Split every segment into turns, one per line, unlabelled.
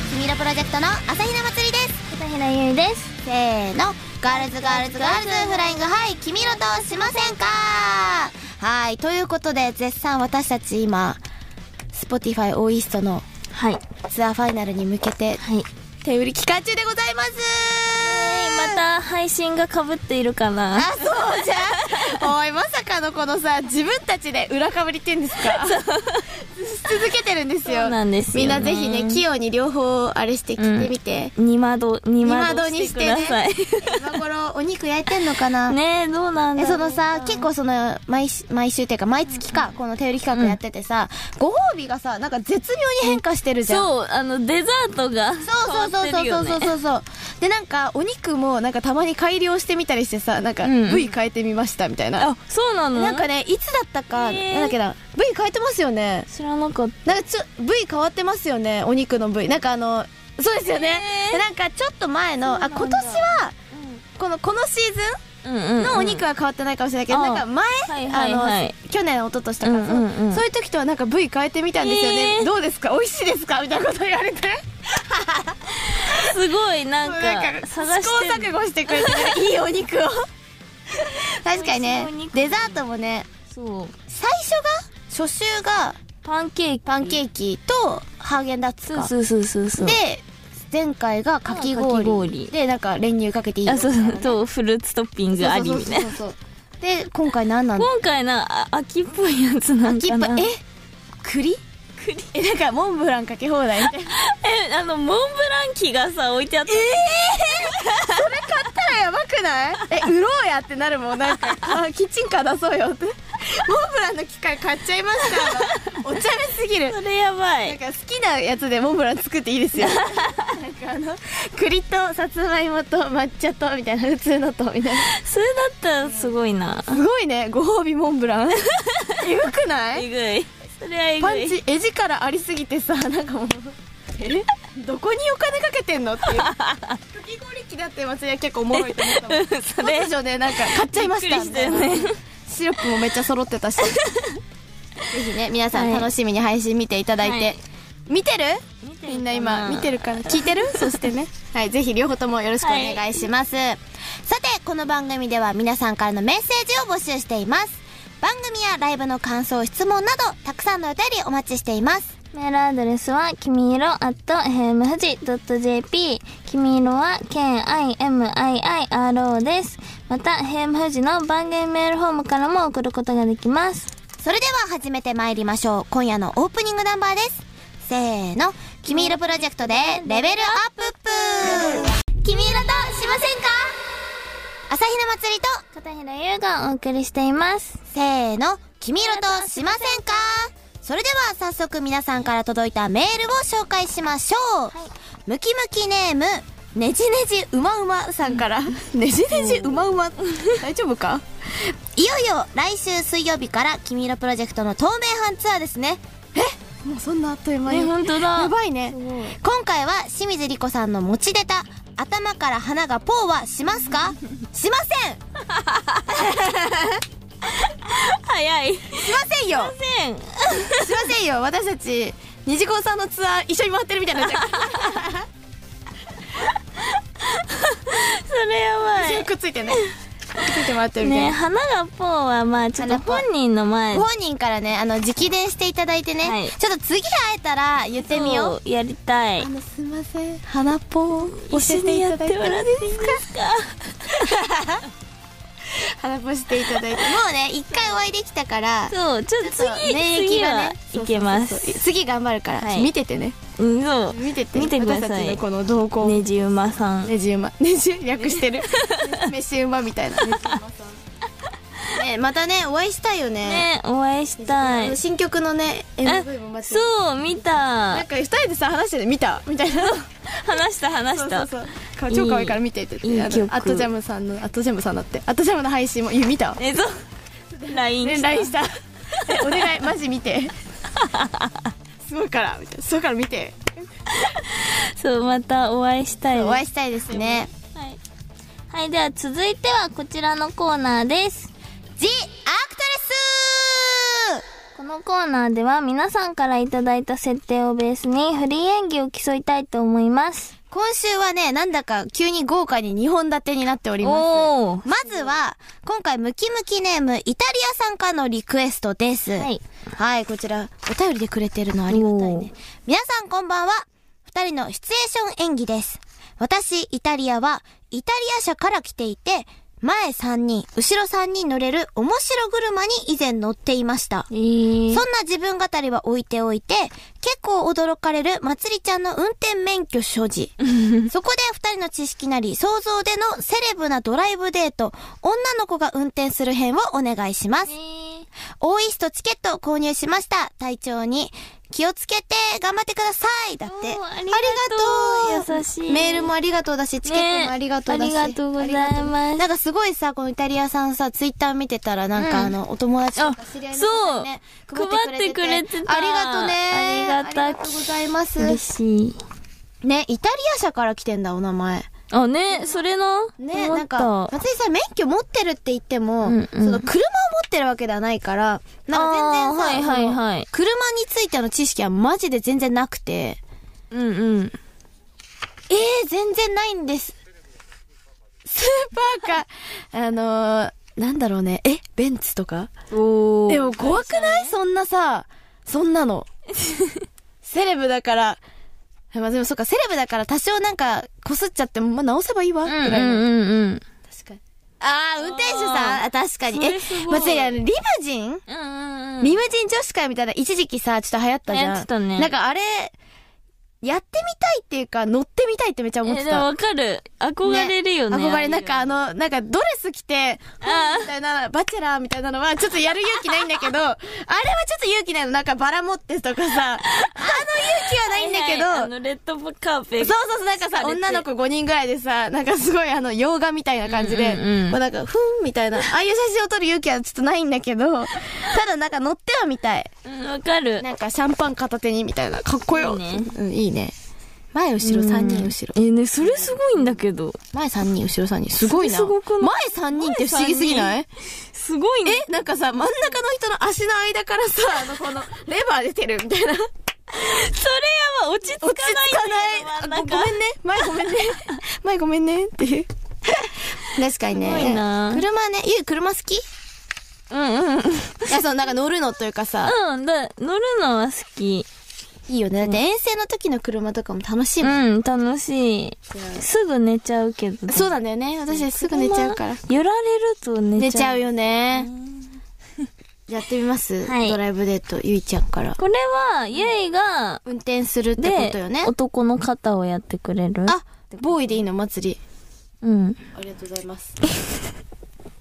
クトの朝比奈まつりです
片平ゆいです
せーのガールズガールズガールズフライングはい君のとしませんかはいということで絶賛私たち今 Spotify オーイーストの
はいは
ツアーファイナルに向けて
い
手売り期間中でございます
また配信がかぶっているかな
あ、そうじゃん。おい、まさかのこのさ、自分たちで裏かぶりって言うんですか続けてるんですよ。
そうなんです
み
よ
ん
ね
なぜひね、器用に両方あれして聞いてみて。
二窓二
今
窓
ど
に
に
し
して
く
て
だ
ね
さい。
今頃お肉焼いてんのかな
ねえどうなんだ
え
ろ
そ
う
のさ結構その毎し毎週っていうか毎月か、この手売り企画やっててさ、ご褒美がさなんか絶妙に変化してるじゃん、
そうあのデザートが
そうそうそうそうそう
う
そうそうでなんかお肉もなんかたまに改良してみたりしてさなんか
うん
V 変えてみましたみたいな、
あそうなの
なんかねいつだったか、
へー
なんだっけな V 変えてますよね
知らなかった
なんかちょ V 変わってますよねお肉の V なんかあのそうですよね、
へー
でなんかちょっと前のあ
そうな
今
ん
年
だ
はこのこのシーズ
うんう
ンのお肉は変わってないかもしれないけど、
うん
なんか前、
はいはいはい
あの去年一昨年とか、
うんうんうん
そういう時とはなんか V 変えてみたんですよね、
へー
どうですか美味しいですかみたいなこと言われて
すごいなん
なん
か
か
探
試
し
行
てる
錯誤してくれてるいいお 肉を確かにね
美味しいお肉
デザートもね
そう
最初が初週が
パンケーキ
パンケーキとハーゲンダッツ
そう
か
そうそうそうそう
で前回がかき
あか
氷
き氷
でなんか練乳かけていいよ
あそうそうとフルーツトッピングありみたいな
そうそうそうそうで今回何なんだ
今回なあ秋っぽいやつなん
秋
か
っぽ
ない
え栗栗えなんかモンブランかけ放題みたい な
えあのモンブラン機がさ置いてあった
買ったらやばくないえ売ろうやってなるもんなんか あキッチンカー出そうよってモンブランの機械買っちゃいま したお茶目すぎる
それやば
なん
い
か好きなやつでモンブラン作っていいです よなんかあの栗とさつまいもと抹茶とみたいな普通のとみたいな
それだったらすごいな
すごいねご褒美モンブラ ンえぐくな
え
い
ぐいそれはえぐい
パンチ絵力ありすぎてさなんかもうえどこにお金かけてんのって いうかき氷機だって祭りは結構おもろいと思ったもん
それ
突如ねなんか買っちゃいました
びっくりしたよね
シロップもめっちゃ揃ってたし ぜひね皆さん
はい
楽しみに配信見ていただいて、
はい
見てる
見てるか
み
な
んな今見てるから聞いて るそしてねはいぜひ両方ともよろしくお願いします、さてこの番組では皆さんからのメッセージを募集しています番組やライブの感想質問などたくさんのお便りお待ちしています
メールアドレスは、きみいろ at hemfuji.jp。きみいろは、k-i-m-i-i-r-o です。また、hemfuji の番組メールフォームからも送ることができます。
それでは始めてまいりましょう今夜のオープニングナンバーですせーの「君色プロジェクト」でレベルアップップ君色としませんか朝日奈祭りと
片平優がお送りしています。
せーの、君色としませんかそれでは早速皆さんから届いたメールを紹介しましょう。ムキムキネーム、ねじねじうまうまさんから。ねじねじうまうま。大丈夫かいよいよ来週水曜日から君色プロジェクトの透明版ツアーですね。えもうそんなあっという間
ね、ほんとだ。
やばいね
すごい
今回は清水莉子さんの持ち出た頭から花がポーはしますかしません
早い。すい
しません よ
ま
すいませんよ私たち虹高さんのツアー一緒に回ってるみたいになっちゃう
せん。それやばい。
くっついてねくっついて回ってるみたい
ね
な、
花がぽーは、まあちょっと本人の前
ご本人からねあの直伝していただいてね、
はい
ちょっと次会えたら言ってみよう
う。やりたい。
のすいません花ぽ
一緒にやってもらっていいですか
花ぽしていただいてもうね一回お会いできたから
そう、ちょっと次、
免疫
次
が
は
ね
いけま
そうそうそう
す。
次頑張るから、
はい
見ててね
うん、そう。
見てて
見てください
私たちのこの動向を
ねじ馬さん。
ねじ馬 ねじ略してる飯馬みたいなねじ馬さんねまたねお会いしたいよね
ね、お会いした
あ
い
の。新曲のね MV も
あ、
待ってる
そう、見
な
た
ん。か二人でさ話してて見たみたいな
話した、話
そうそ
した
う。そうか超可愛いから見てって言って
いい
あの
曲
アットジャムさんのアットジャムさんだってアットジャムの配信もいや見たわ
え、そう。LINE
ね
来
LINE したえお願いマジ見 てすごいからみたいなすごいから見て
た。そう、またお会いしたいです。
お会いしたいですね
はい。はい、では続いてはこちらのコーナーです。
The Actress
このコーナーでは皆さんからいただいた設定をベースにフリー演技を競いたいと思います。
今週はね、なんだか急に豪華に2本立てになっております。
おー。
まずは、今回ムキムキネーム、イタリアさんからのリクエストです。
はい。
はい、こちら、お便りでくれてるのありがたいね。皆さんこんばんは。二人のシチュエーション演技です。私、イタリアは、イタリア車から来ていて、前三人、後ろ三人乗れる面白車に以前乗っていました
え。ー
そんな自分語りは置いておいて、結構驚かれるまつりちゃんの運転免許所持。そこで二人の知識なり想像でのセレブなドライブデート、女の子が運転する編をお願いします
え。ー
オーイストチケットを購入しました。隊長に。気をつけて、頑張ってくださいだって。
おーありがとう
ありがとう
優しい
メールもありがとうだし、チケットもありがとうだし。
ねありがとうございます
なんかすごいさ、このイタリアさんさ、ツイッター見てたら、なんかあの、お友達とか知り合いの方にね、
そう配ってくれてた
ありがとね。
ありがたき
ありがとうございます。
嬉しい。
ね、イタリア社から来てんだ、お名前。
あ、ね、それな。
ね、
思
な
っ
ん
た
か、松井さん免許持ってるって言っても、
うんうん
その車を持ってるわけではないから、なんか全然さ、
あーはいはいは
そ
い
の車についての知識はマジで全然なくて、
うんうん。
えー、全然ないんです。スーパーカ ー、あのー、なんだろうね、え、ベンツとか
おー。
でも怖くない、そんなさ、そんな の。セレブだから、まあでもそっか、セレブだから多少なんか、こすっちゃっても、まあ直せばいいわ、
う
ぐ
ん
らいの。
うんうん
確かに。ああ、運転手さん、あ確かに。
それすごい
まずいあの、リムジン
うん。うんうん
リムジン女子会みたいな、一時期さ、ちょっと流行ったじゃん。
流行ってたね
なんかあれ、やってみたいっていうか、乗ってみたいってめっちゃ思っ
え、
て
でも
た。
わかる。憧れるよね。
憧れ、
ああ
ないん
う
かあの、なんかドレス着て、
あ
みたいな、バチェラーみたいなのは、ちょっとやる勇気ないんだけ ど、あれはちょっと勇気ないの。なんかバラ持ってとかさ、あの勇気はないんだけど、
はいはいあの、レッドカーペ
そ
ッ
う
ト。
そうそう、なんかさ、
されて
女の子5人ぐらいでさ、なんかすごいあの、洋画みたいな感じで、
うんうんうん
こうなんか、ふんみたいな、ああいう写真を撮る勇気はちょっとないんだけど、 ただなんか乗ってはみたい。
うん、わかる。
なんかシャンパン片手にみたいな、かっこよ。
いいね
うん、いいね。前後ろ3人後ろ。
え、ね、それすごいんだけど。
前3人後ろ3人。すごいな。
すごくない
前3人って不思議すぎない
すごいね。
え、なんかさ、真ん中の人の足の間からさ、あの、この、レバー出てるみたいな。
それやば、落ち着かな
落
い
ち着かない。あごごめんね。 前ごめんね。前ごめんね。っていう。確かにね。
すごいな
車ね。ゆう、車好きい
うん
や、そのなんか乗るのというかさ、
うん。うん、だ、乗るのは好き。
いいよね。だって遠征の時の車とかも楽しいもん。
うん、楽しい。すぐ寝ちゃうけど。
そうなんだよね。私すぐ寝ちゃうから。
寄られると
寝
寝
ち
ちゃ
ゃ
う。
うよね。やってみます、
はい
ドライブデート、ゆいちゃんから。
これは、ゆいが、
運転するってことよ
で
ね、。
男の肩をやってくれる。
あ、ボーイでいいの、祭 り。
うん。
ありがとうございます。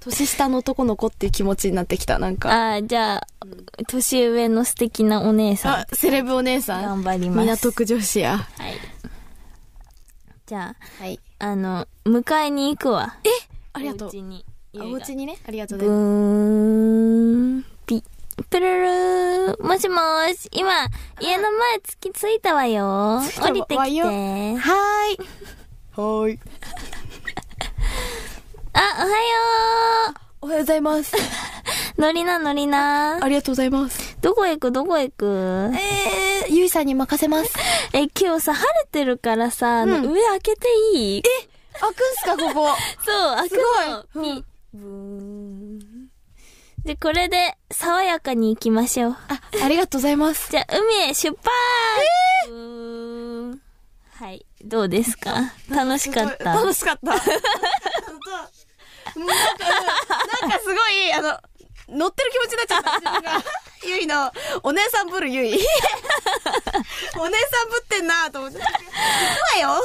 年下の男の子っていう気持ちになってきた、なんか。
あじゃあ、年上の素敵なお姉さん。
あ、セレブお姉さん。
頑張ります
港区女子や。
はい。じゃ
はい。
あ、あの、迎えに行くわ。え
ありがとう
お家に。
あ、お家
に。
にね。ありがとう
ブ
ございま
ーン、ピ、プルルー。もしもーし、今、家の前着き着いたわよ。
着いたわ
降りて
わ
き
よ
て。
す。はーい。はーい。
あ、おはよ
おはようございます。
う。乗りな乗りな。
ありがとうございます。
どこ行くどこ行く
えー、ゆいさんに任せます。
え、今日さ、晴れてるからさ、あの
うん
上開けていいえ
開くんすか、ここ。
そう、開くの。
すごいうん
ピブーンで、これで、爽やかに行きましょう。
あ、ありがとうございます。
じゃあ、海へ出発えー、はい。どうですか楽しかった。
楽しか った。本当もうなんか、なんかすごい、あの、乗ってる気持ちになっちゃった自分が。ゆいの、お姉さんぶるゆい。お 姉さんぶってんなと思って。行くわよ。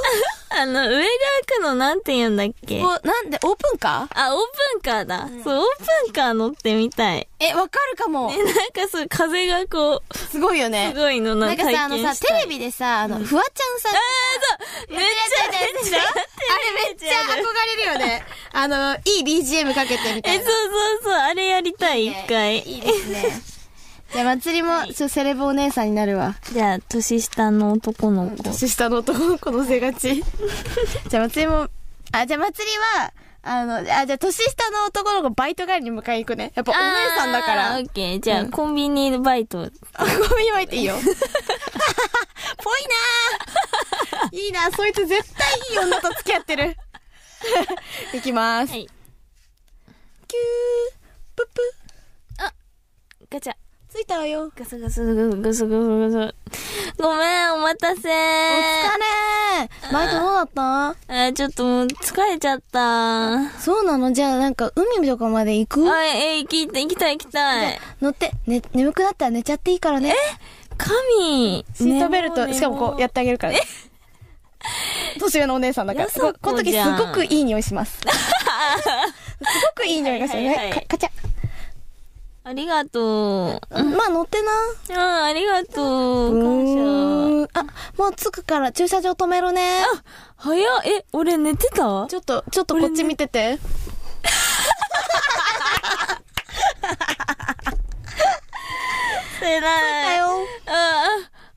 あの、上が開くのなんて言うんだっけ
こうなんで、オープンカー
あ、オープンカーだ。そう、オープンカー乗ってみたい。
え、わかるかも
え、。なんかそう、風がこう、
すごいよね
す。ごいのな
なんん
か
か
体
さ、あの
験
さ、
した
テ
い
レビでさ、あの、フワちゃんさん、あ
めっちゃ、めっちゃ、
れめっちゃ憧れるよね。あの、いい BGM かけてみた
え、
い
そ
な。
うそうそう、あれやりたい、一回。
いいですね。じゃあ、祭りも、ちょ、セレブお姉さんになるわ。
じゃあ、年下の男の 子。
年下の男の子のせがち。じゃあ、祭りも、あ、じゃあ、祭りは、あの、あ、じゃあ年下の男の子バイト帰りに迎えに行くね。やっぱお姉さんだか
あ
ら
ーオ。ッケー。じゃあ、
うん
コンビニバイト。
あ、ゴミ巻いていいよ。ぽいなーいいな、そいつ絶対いい女と付き合ってる。いきます。
はい
キュー、プップ、
ガチャ。
着いたわよ。
ガサガサガサガサガサガサ。ごめん、お待
お
たせ
疲れバイトどうだった
あ、ちょっともう疲れちゃった。あ、
そうなのじゃあなんか海とかまで行く
え、行き、行きたい行きたい。
乗って、ね、眠くなったら寝ちゃっていいからね。
神。
シートベル
ね
ト、しかもこうやってあげるから。年上のお姉さんだから。
よさ
ここの
こ
時
じ
す
ゃん
ごくいい匂いします。 すごくいい匂いがする
はいはいはい
ね。カカチ
ありがとう。
ャ。まあ乗ってな。
うん、ありがとう。
う
感謝。
ーんあ、もう着くから駐車場止めろね。
早っ。え、俺寝てた
ちょっと、ちょっとこっち見てて。だ
てない。
よ。
あ、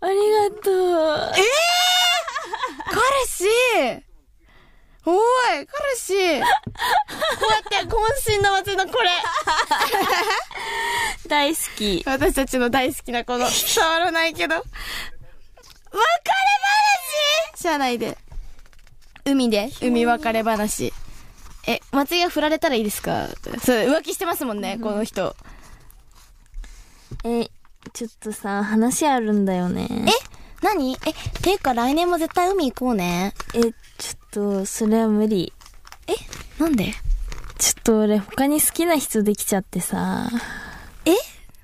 ありがとう。
彼氏おい、彼氏こうやって渾身の祭りのこれ。
大好き。
私たちの大好きなこの、伝わらないけど。別れ話車内で。海で、海別れ話。え、松井が振られたらいいですかそう、浮気してますもんね、この人。
え、ちょっとさ、話あるんだよね。
何え、ていうか来年も絶対海行こうね。
え、え、ちょっと、それは無理。
なんで
ちょっと俺、他に好きな人できちゃってさ。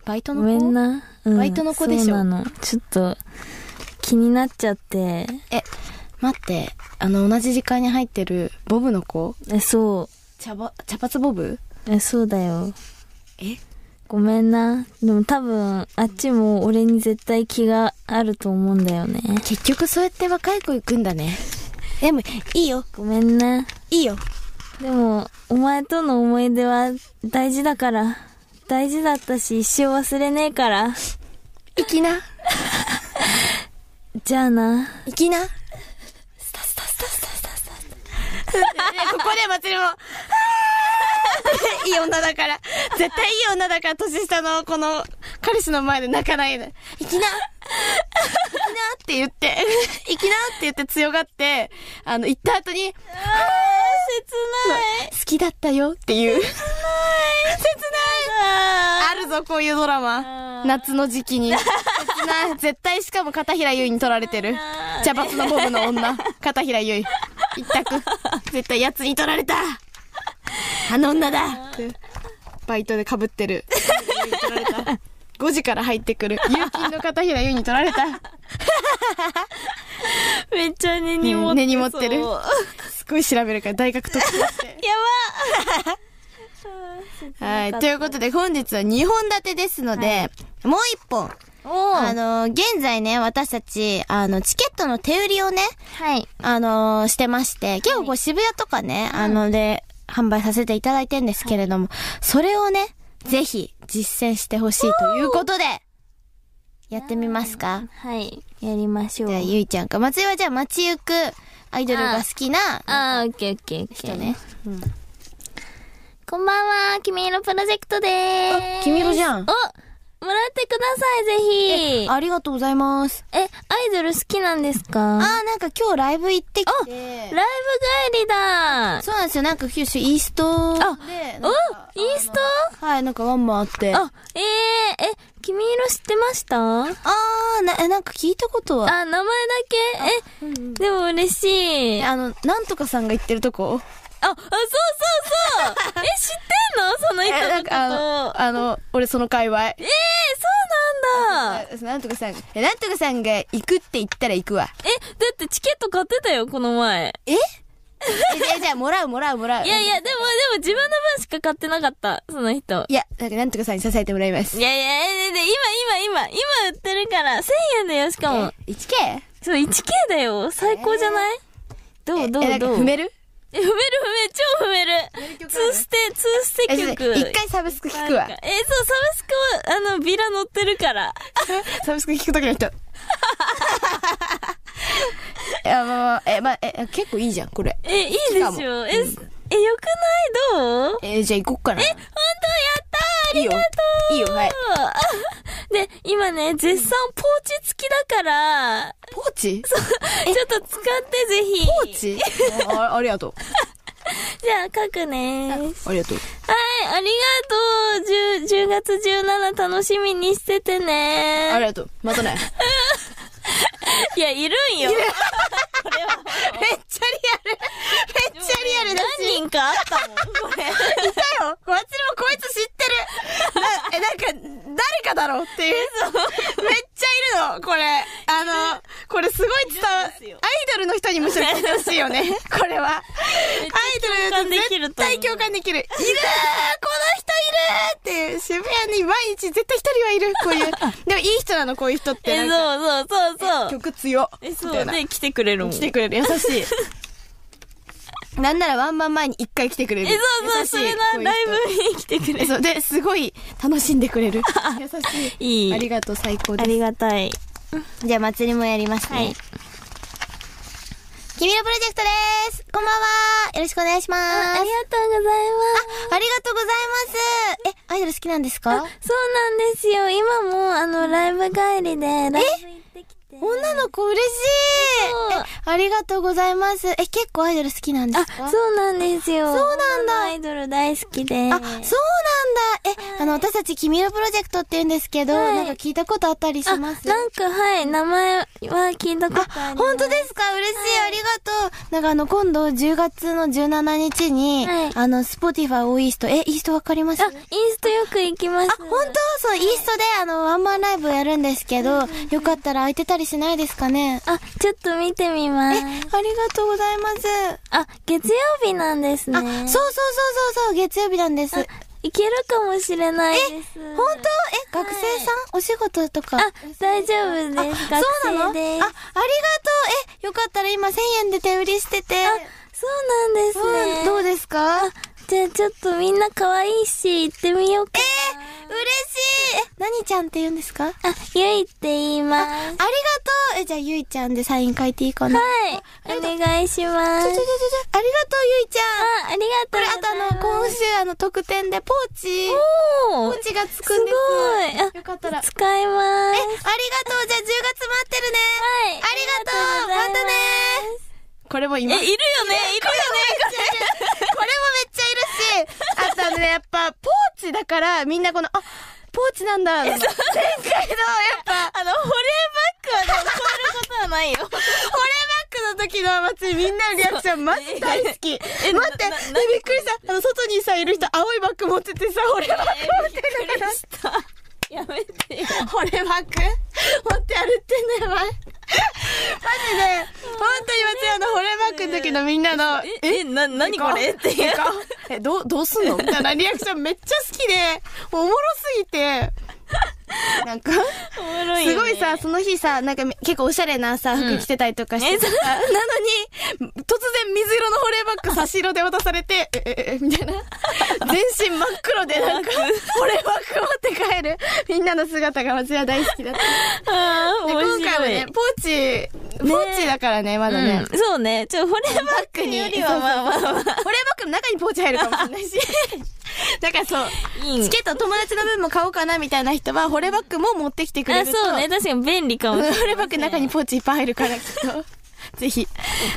バイト
ご
の
めん
子
な。うん
バイトの子でしょ
そうなの。ちょっと、気になっちゃって。
待って、あの、同じ時間に入ってる、ボブの子
え、そ
茶ば、茶髪ボブ
う。え、そうだよ。
え
ごめんな。でも多分、あっちも俺に絶対気があると思うんだよね。
結局そうやって若い子行くんだね。
でも、いいよ、
ごめんな。
いいよ。
でも、お前との思い出は大事だから。大事だったし、一生忘れねえから。
行きな。
じゃあな。
行きな。
ここで祭りも、あーいい女だから、絶対いい女だから、年下のこの彼氏の前で泣かないで、行きな行きなって言って、行きなって言って強がって、あの、行った後に、
切
好きだったよっていう。切 ないあるぞ、こういうドラ
あ
マ。
ー
夏の時 期に。切ない。絶対しかも片平優衣に取られてる。
ない。
茶髪のボブの 女、片平結衣。一択。絶対奴に取られたあの女だってバイトで被ってる。取られた。5時から入ってくる。有金の片平結衣に取られた。
めっちゃ根に持ってそう
根に持ってるすごい調べるから大学特 集して。
や
はい。ということで本日は2本立てですので、
もう一本。
ばお
あのー、現在ね、私たち、あの、チケットの手売りをね、
はい。
あのーしてまして、結構こう渋谷とかね、あので、販売させていただいてんですけれども、それをね、ぜひ実践してほしいということで、やってみますか
はい。やりましょう
じゃあ、。ゆいちゃんか。松井はじゃあ、街行くアイドルが好きな、
あー、オッケーオッケーオッケー。
人ね。
こんばんは、君色プロジェクトでーす。
君色じゃん
おもらってください、ぜひ。
ありがとうございます。
え、アイドル好きなんですか
あー、
ライ
なんか今日ライブ行ってきて
ブ、帰りだ
そうなんですよ。なんか九州イーストで、なん
お
か
インスト
はい、なんかワンマンあって。あ
あ、えー、え、君色知ってましたあ、
あーな、えなんか聞いたことは。
名前だけえ、でも嬉しい。あ、
あの、なんとかさんが行ってるとこ
あ、そうそう そうえ、知ってんのその
え、
人
な
の
ん
こ
かあ
と。
の、あの、俺その界隈。
えー、そうなんだ
あなんとかさん、えなんとかさんが行くって言ったら行くわ。
え、だってチケット買ってたよ、この前。
え、じゃあじゃあ、もらうもらうもらう。
いやいや、でも、でも自分の分しか買ってなかった、その人。
いや、なんかなんとかさんに支えてもらいま
い
す。
やいや、で、で今、今、今、今売ってるから、1000円だよ、しかも。
1K?
そう、1K だよ。最高じゃない、どうどう
え、なんか
どう
踏める
え踏める踏める、超踏める。ツーステ、ツース
え、
テ
ちょっと
曲。
一回サブスク聞くわ
なん。かえ、そう、サブスクは、あの、ビラ乗ってるから。
サブスク聞くときの 人。いや、まあまあ、え、まあ、え、結構いいじゃん、これ。
え、いいでしょ。え、すえ、よくないどう
えー、じゃあ行こっかな。え、
本当
いいよ。いいよ、はい。
やったーで、今ね、絶賛ポーチ付きだから、
ポーチ
ちょっと使ってぜひ。
ポーチあありがとう。
じゃあ書くねは
ありが
い、
とう。
ありがとう。10, 10月17楽しみにしててね
ありがとう。またね。
いや、いるんよ。
めっちゃリアル。めっちゃリアルだし。
何人かあったもん、これ。
いたよ。こっちもこいつ知ってる。なえ、なんか、誰かだろうっていう。めっちゃいるの、これ。あの、これすごい伝わ、ア
いるんです
イ
よ
ドルの人にむしろ聞いてほしいよね。これは。アイ
共
ドル
感
の
で
人
きる
絶
と思う
対共感できる。いるーこの人いるーっていう。渋谷に毎日絶対一人はいる。こういう。でもいい人なの、こういう人って。な
え、そ
ん
う
か
そうそうそう。
曲強。
え、
みた
そ。
いうな
で、来てくれるもん。
来てくれる。優し い。なんならワンマン前に一回来てくれ
え、
る。
そうそう、そ
優しい
れ
こう
な、
いう人
ライブに来てくれ
え
る。
そうで、すごい楽しんでく れる。優し
い
い。
い。
ありがとう、最高
あ
です。
りがたい。
じゃあ祭りもやりますね。
はい。
君のプロジェクトです。こんばんは。よろしくお願いします。
ありがとうございます。
ありがとうございます。え、アイドル好きなんですか
そうなんですよ。今も、あの、ライブ帰りで、ライブ行ってきて。
女の子嬉しい
そう
えありがとうございます。え、結構アイドル好きなんですか
あ、そうなんですよ。
そうなんだ
女のアイドル大好きで。
あそうなんだ。え、あの、私たち君のプロジェクトって言うんですけど、
はい
なんか聞いたことあったりし
あ
ます
なんか、はい、名前は聞いたことあります。
本当ですか嬉しい、
はい
ありがとう。なんかあの、今度10月の17日に、
はい
あの、スポティファイオイースト、え、イーストわかります
あ、インストよく行きます。
あ、本当そう、イーストであの、ワンマンライブやるんですけど、よかったら空いてたりしないですかね
あ、ちょっと見てみま
え、
す
あ。りがとうございます。
あ、月曜日なんですね。
あ、そうそうそうそうそう、月曜日なんです。
あ
本
いけるかもしれないです。
当え、学生さん、お仕事とか。
あ、大丈夫です。学
そうなのあ、あり
生で
がと
す。
う。え、よかったら今1000円で手売りしてて。
そうなんです
うん
ね。
どうですか
じゃあちょっとみんな可愛いし、行ってみようか
嬉しいえ、何ちゃんって言うんですかあ
な。あ、ゆいって言います。
りがとうえ、じゃあゆいちゃんでサイン書いていいかな
はい。お願いし
ち
ます
ょちょちょ。ちょ、ありがとうゆいちゃん
あ、ありがとう
これあとあの、今週あの、特典でポーチ、ポ
お
ー
ー
チがつ
すご
くんです。
い。あ
よかったら。え、ありがと
使いま
う
す。
じゃあ10月待ってるね
はい。
ありがとう
ありがとうござい
またね
これも今、
え、いるよね、いるよ
これもめっちゃいるし、あとあのね、やっぱ、ポーチだから、みんなこの、あ、ポーチなんだ。前回の、やっぱ、
あの、保冷バッグはで も超えることはないよ。
バックの時の祭り、みんなのリアクション、マジ大好き。待って、ね
なな
びっくりした。あの、外にさ、いる人、青いバッグ持っててさ、俺バッグ持ってるのかな。
やめてよ。
俺バッグ持って歩いてんのやばい。マジで、本当に松山の俺バッグの時のみんなの、
え、え、な、なにこれっていう
て。かえ、どう、どうすんのみたいなリアクションめっちゃ好きで、もうおもろすぎて、なん か、
おもろいよね
すごいさ、、その日さ、なんかめ結構おしゃれなさ、服着てたりとかしてさ、なのに、突然水色の保冷バ ッグ差し色で渡されて、え、え、え、みたいな。全身真っ黒でなん か、保冷バッグ持って帰る、みんなの姿が松屋大好きだった。
あー
で
面白い。
今回はね、ポーチ、ポーチだからね、まだね。
うん、そうね。ちょ、保冷バッ
バッ
グ
グに
よりはまあまあまあ。
保冷バッグの中にポーチ入るかもしれない し。だからそう、
いい
チケット友達の分も買おうかなみたいな人は、保冷バッグも持ってきてくれ
あ、
ると。
そうね。確かに便利かもしれ
保
ない。
冷バッグの中にポーチいっぱい入るから、きっと。ぜひ、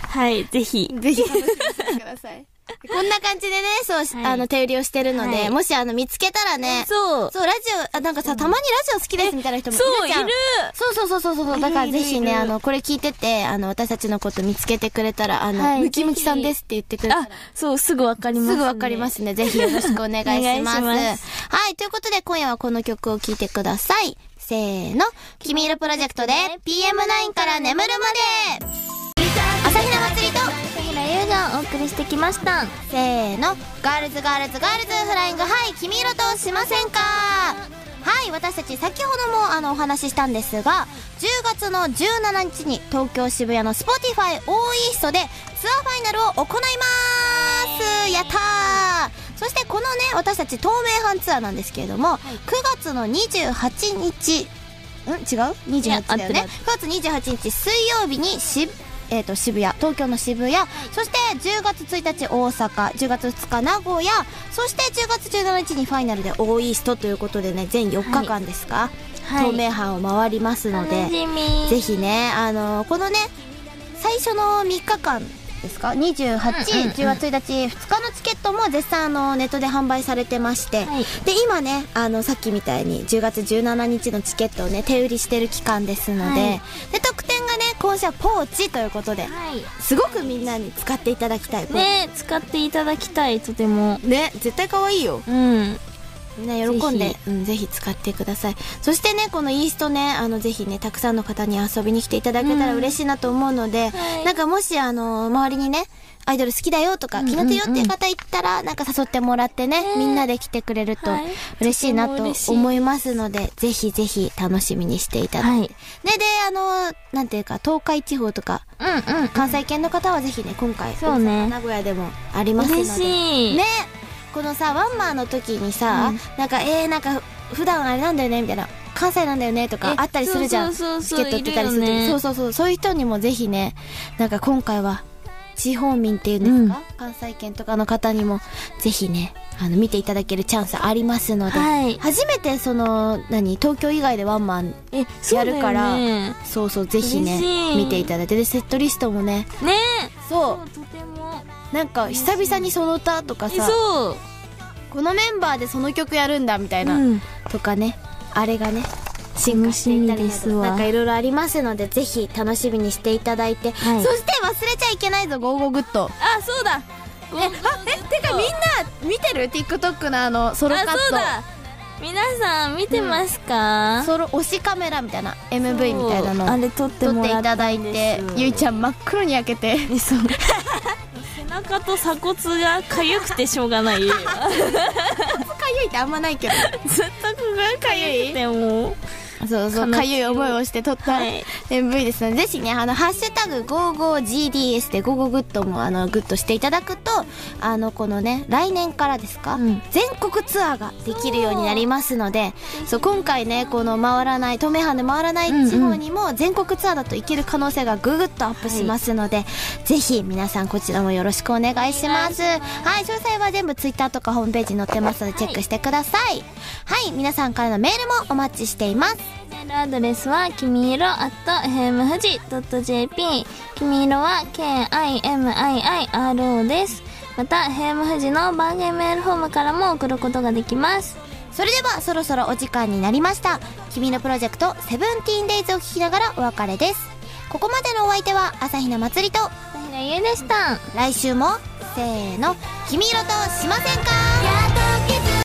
はい、ぜひ。
ぜひ楽しみにしてください。
こんな感じでね、そうし、
はい
あの、手売りをしてるので、
はい
もしあの、見つけたらね、
そう。
そう、ラジオ、あ、なんかさ、たまにラジオ好きですみたいな人もいる
そう、い
じゃん。
る。
そうそうそうそうそう。だから
いるいる
ぜひね、
いる
あの、これ聞いてて、あの、私たちのこと見つけてくれたら、あの、
はい
ムキムキさんですって言ってくれたら
あ、、そう、すぐわかりますす。。
ぐわかりますすね。ぜひよろしくお願いします。
お願いしま
はい、ということで今夜はこの曲を聴いてください。せーの、君色プロジェクトで PM9 から眠るまで朝比奈祭りと、
朝平優がお送りしてきました。
せーの、ガールズガールズガールズフライング、はい、君色としませんかはい、私たち先ほどもあのお話ししたんですが、10月の17日に東京渋谷の Spotify オーイーストでツアーファイナルを行いますやったーそしてこのね、私たち透明版ツアーなんですけれども、9月の28日、ん違う
いや
?28 だよ
合ってる合
ね
って。
9月28日水曜日にし、えー、と渋谷東京の渋谷、そして10月1日大阪10月2日名古屋そして10月17日にファイナルで大イーストということでね全4日間ですか、
はい
東名阪を回りますので、
楽しみ
ぜひね、あのこのね、最初の3日間ですか、28、
うんうんうん
10月1日、2日のチケットも絶賛あのネットで販売されてまして、
はい
で、今ね、あの、さっきみたいに10月17日のチケットをね、手売りしてる期間ですので、
はい
で、特典がね、今週はポーチということで、
は
すごくみんなに使っていただきたい。
いね使っていただきたいとても
ね、絶対可愛いよ。
うん
みんな喜んで
ぜ
うん、ぜひ使ってくださいそしてねこのイーストねあのぜひねたくさんの方に遊びに来ていただけたら
うん
嬉しいなと思うので、
はい
なんかもしあの周りにねアイドル好きだよとか
んうん
気になってるよっていう方いったら、なんか誘ってもらってね、みんなで来てくれると
はい
嬉しいな
とても
と
嬉しい
思いますので、ぜひぜひ楽しみにしていただいて、
はい
ねであのなんていうか東海地方とか
うんうん
関西圏の方はぜひね今回
そうね
大阪名古屋でもありますので
嬉しい
ねこのさワンマンの時にさ、
うん
なんかえー、なんか普段あれなんだよねみたいな関西なんだよねとか
え
あったりするじゃん
そう
チ
そう
ケ
そ
ッ
う
ト売ってたりする
いるよね
そうそうそうそういう人にもぜひねなんか今回は地方民っていうんですか、関西圏とかの方にもぜひねあの見ていただけるチャンスありますので、
はい
初めてその何東京以外でワンマン
え
やるから
そうだよね
そうそうぜひね
嬉しい
見ていただいてでセットリストもね
ね
そ
そうとても
うなんか久々にその歌とか
え
さ
そう
このメンバーでその曲やるんだみたいな、
うん
とかねあれがね進
進
化
化
し
してて
い
い
たりなどな
たりなど
んかいろいろありますのでぜひ楽しみにしていただいて、
はい
そして忘れちゃいけないぞ「ゴーゴーグッド
あそうだえあ」
てかみんな見てる
TikTok のあのソロカッ
あそうだ皆さん見てますか、
ソロ推しカメラみたいな MV
そう
みたいな
あ
のを
れ撮って
撮
も
って
ら
い
った
ただ
だ
い
い
て
て
トゆいちゃん真っ黒に焼けて
背中と鎖骨が痒くてしょ うがないずっとこ
かゆいってあんまないけど
こが痒くてもう
そうそう
かゆい思いをして撮った
はい
MV ですのでぜひねあの「ハッシュタグ #55GDS」で「ゴーゴーグッド」もあのグッドしていただくとあのこのね来年からですか、
うん
全国ツアーができるようになりますのでそう今回ねこの回らない東名阪で回らない地方にも全国ツアーだと行ける可能性がぐぐっとアップしますので、ぜひ皆さんこちらもよろしくお願いしますはい詳細は全部ツイッターとかホームページに載ってますのでチェックしてくださいはい、皆さんからのメールもお待ちしています
メールアドレスはきみいろ at hemfuji.jp きみいろは k-i-m-i-i-r-o ですまた hemfuji の番組メールフォームからも送ることができます
それではそろそろお時間になりました君のプロジェクトセブンティーンデイズを聞きながらお別れですここまでのお相手は朝比奈まつりと
小平優でした
来週もせーの君色としませんか